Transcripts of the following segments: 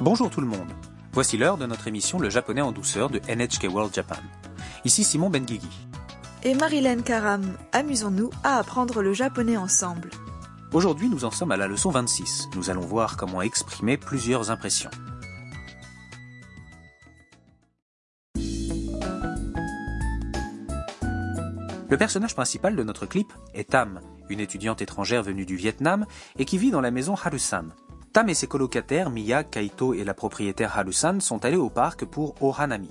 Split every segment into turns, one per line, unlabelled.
Bonjour tout le monde. Voici l'heure de notre émission Le japonais en douceur de NHK World Japan. Ici Simon Benguigui.
Et Marilyn Karam, amusons-nous à apprendre le japonais ensemble.
Aujourd'hui, nous en sommes à la leçon 26. Nous allons voir comment exprimer plusieurs impressions. Le personnage principal de notre clip est Tam, une étudiante étrangère venue du Vietnam et qui vit dans la maison Harusan. Tam et ses colocataires Mia, Kaito et la propriétaire Harusan sont allés au parc pour Ohanami.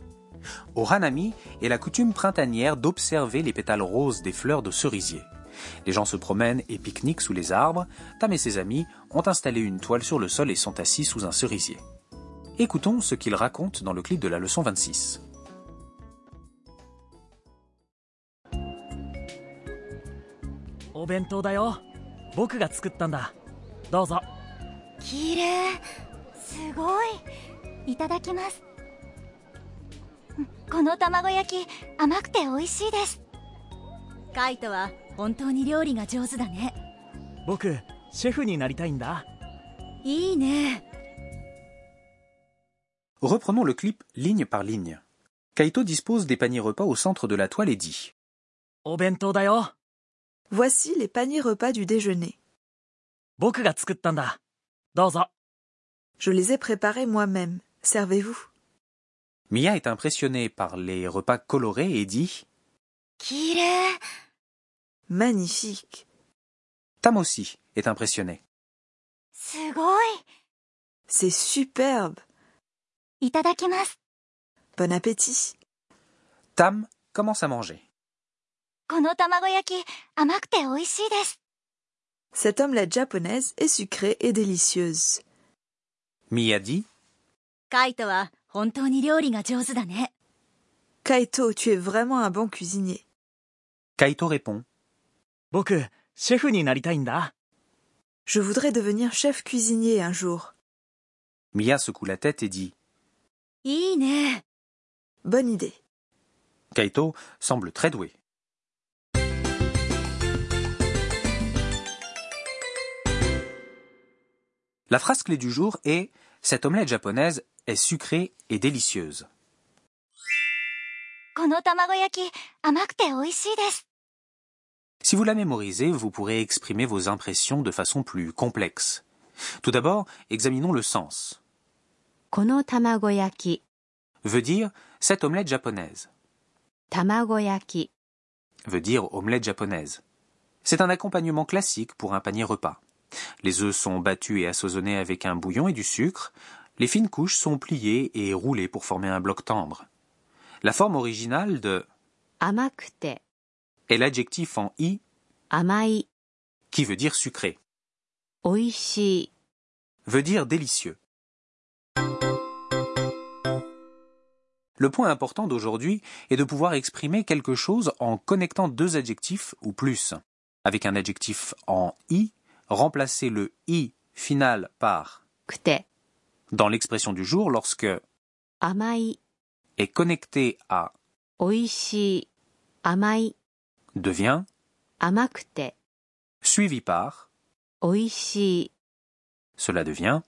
Ohanami est la coutume printanière d'observer les pétales roses des fleurs de cerisier. Les gens se promènent et pique-niquent sous les arbres. Tam et ses amis ont installé une toile sur le sol et sont assis sous un cerisier. Écoutons ce qu'ils racontent dans le clip de la leçon 26.
お弁当だよ僕が作ったんだどうぞ
綺麗すごいいただきますこの卵焼き甘くて美味しいですカイトは本当に料理が上手だね
僕シェフになりたいんだ
いいね
Reprenons le clip ligne par ligne. Kaito dispose des paniers repas au centre de la toile et dit
お弁当だよ
Voici les paniers repas du déjeuner.
僕が作ったんだどうぞ
Je les ai préparés moi-même. Servez-vous.
Mia est impressionnée par les repas colorés et dit
綺麗
Magnifique.
Tam aussi est impressionné.
すごい
C'est superbe.
いただきます
Bon appétit.
Tam commence à manger.
この卵焼き甘くて美味しいです
Cette omelette japonaise est sucrée et délicieuse.
Mia dit
カイトは本当に料理が上手だね
Kaito, tu es vraiment un bon cuisinier.
Kaito répond.
僕シェフになりたいんだ
Je voudrais devenir chef cuisinier un jour.
Mia secoue la tête et dit
いいね
Bonne idée.
Kaito semble très doué. La phrase clé du jour est Cette omelette japonaise est sucrée et délicieuse.
この卵焼き甘くて美味しいです
Si vous la mémorisez, vous pourrez exprimer vos impressions de façon plus complexe. Tout d'abord, examinons le sens.
この卵焼き、
Veut dire cette omelette japonaise.
卵焼き、
Veut dire omelette japonaise. C'est un accompagnement classique pour un panier repas. Les œufs sont battus et assaisonnés avec un bouillon et du sucre. Les fines couches sont pliées et roulées pour former un bloc tendre. La forme originale de
甘くて、
est l'adjectif en i
甘い、
qui veut dire sucré,
美味しい。
veut dire délicieux. Le point important d'aujourd'hui est de pouvoir exprimer quelque chose en connectant deux adjectifs ou plus. Avec un adjectif en i, remplacez le i final par
くて、
dans l'expression du jour lorsque
甘い、
est connecté à
美味しい。甘い、
devient
甘くて、
suivi par
美味しい。
cela devient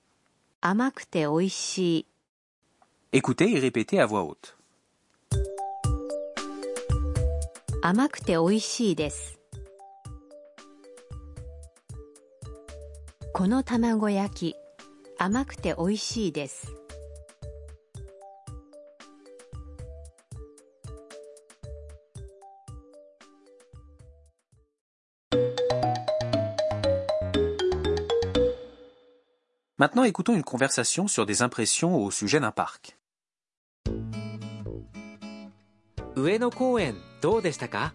甘くて美味しい。
écoutez et répétez à voix haute.
甘くて美味しいです。この卵焼き、甘くて美味しいです。
Maintenant écoutons une conversation sur des impressions au sujet d'un parc.
上野公園どうでしたか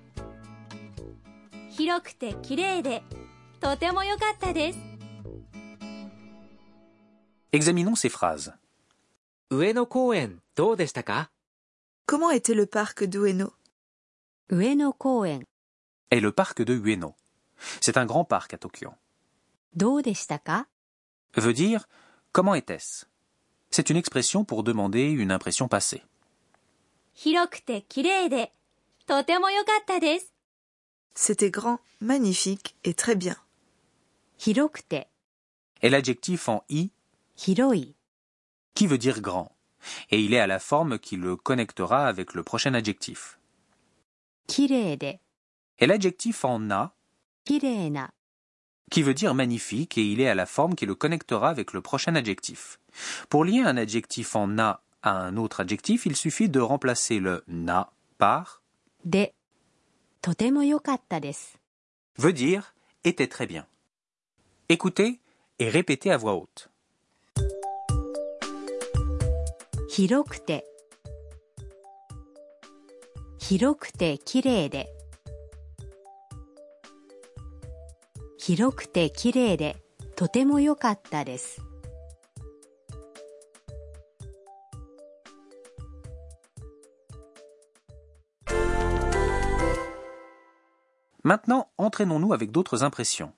広くて綺麗でとても良かったです
Examinons ces phrases.
上野公園どうでしたか
Comment était le parc d'Ueno
上野公園、
Est le parc de Ueno. C'est un grand parc à Tokyo.
どうでしたか
Veut dire comment était-ce C'est une expression pour demander une impression passée.
広くて綺麗でとても良かったです
C'était grand, magnifique et très bien.
広くて、
Est l'adjectif en i
広い、
qui veut dire grand, et il est à la forme qui le connectera avec le prochain adjectif.
きれいで、
Et l'adjectif en a,
きれいな、
qui veut dire magnifique, et il est à la forme qui le connectera avec le prochain adjectif. Pour lier un adjectif en a à un autre adjectif, il suffit de remplacer le na par
で、とても良かったです。
veut dire était très bien. Écoutez et répétez à voix haute.
広くて、広くてきれいで、広くてきれいで、とても良かったです。
Maintenant, entraînons-nous avec d'autres impressions.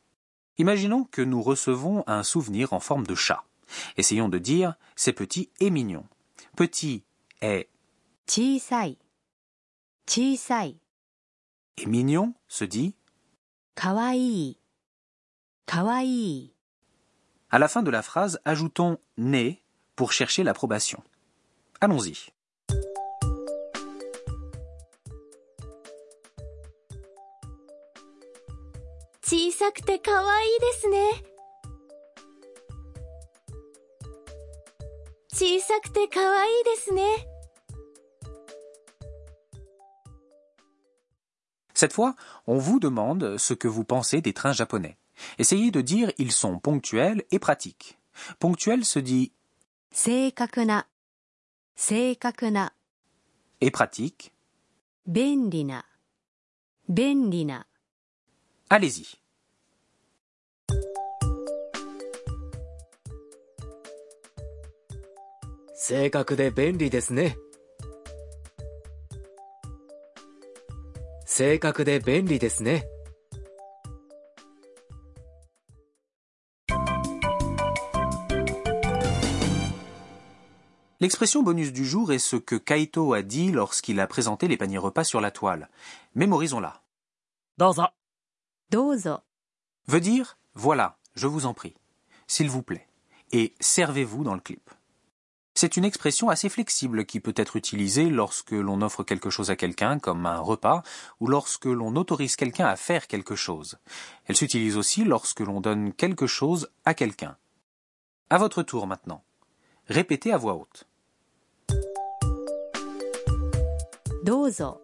Imaginons que nous recevons un souvenir en forme de chat. Essayons de dire c'est petit et mignon. Petit est
小さい、小さい、
et mignon se dit
かわいい、かわいい、
à la fin de la phrase ajoutons né pour chercher l'approbation. Allons-y.
小さくて可愛いですね小さくて可愛いですね
Cette fois, on vous demande ce que vous pensez des trains japonais. Essayez de dire ils sont ponctuels et pratiques. Ponctuel se dit
正確な、正確な、
et pratique.
便利な、便利な、
Allez-y.
正確で便利ですね正確で便利ですね
L'expression bonus du jour est ce que Kaito a dit lorsqu'il a présenté les paniers repas sur la toile. Mémorisons-la.
どうぞ
どうぞ、
Veut dire voilà, je vous en prie, s'il vous plaît, et servez-vous dans le clip. C'est une expression assez flexible qui peut être utilisée lorsque l'on offre quelque chose à quelqu'un, comme un repas, ou lorsque l'on autorise quelqu'un à faire quelque chose. Elle s'utilise aussi lorsque l'on donne quelque chose à quelqu'un. À votre tour maintenant. Répétez à voix haute.
どうぞ。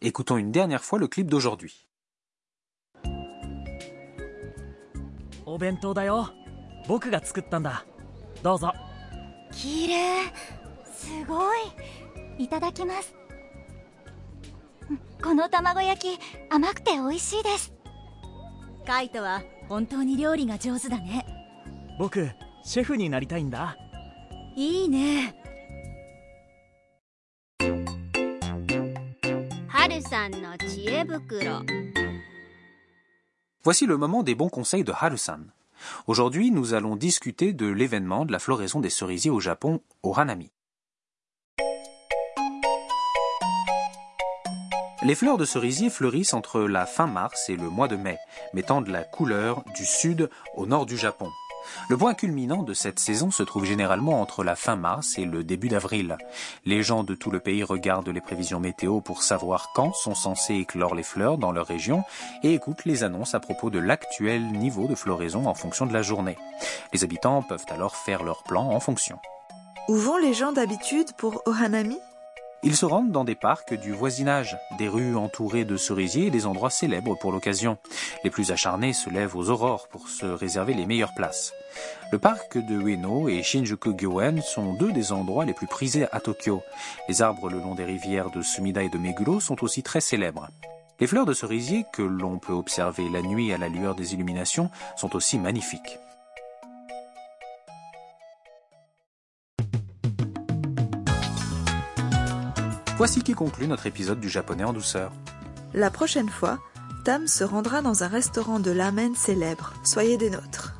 Écoutons une dernière fois le clip d'aujourd'hui.
お弁当だよ僕が作ったんだどうぞ
綺麗すごいいただきますうんこの卵焼き甘くて美味しいですカイトは本当に料理が上手だね
僕シェフになりたいんだ
いいね
はるさんの知恵袋
Voici le moment des bons conseils de Harusan. Aujourd'hui, nous allons discuter de l'événement de la floraison des cerisiers au Japon, au Hanami. Les fleurs de cerisier fleurissent entre la fin mars et le mois de mai, mettant de la couleur du sud au nord du Japon. Le point culminant de cette saison se trouve généralement entre la fin mars et le début d'avril. Les gens de tout le pays regardent les prévisions météo pour savoir quand sont censées éclore les fleurs dans leur région et écoutent les annonces à propos de l'actuel niveau de floraison en fonction de la journée. Les habitants peuvent alors faire leurs plans en fonction.
Où vont les gens d'habitude pour Ohanami
Ils se rendent dans des parcs du voisinage, des rues entourées de cerisiers et des endroits célèbres pour l'occasion. Les plus acharnés se lèvent aux aurores pour se réserver les meilleures places. Le parc de Ueno et Shinjuku-gyoen sont deux des endroits les plus prisés à Tokyo. Les arbres le long des rivières de Sumida et de Meguro sont aussi très célèbres. Les fleurs de cerisier, que l'on peut observer la nuit à la lueur des illuminations, sont aussi magnifiques. Voici qui conclut notre épisode du japonais en douceur.
La prochaine fois, Tam se rendra dans un restaurant de ramen célèbre. Soyez des nôtres.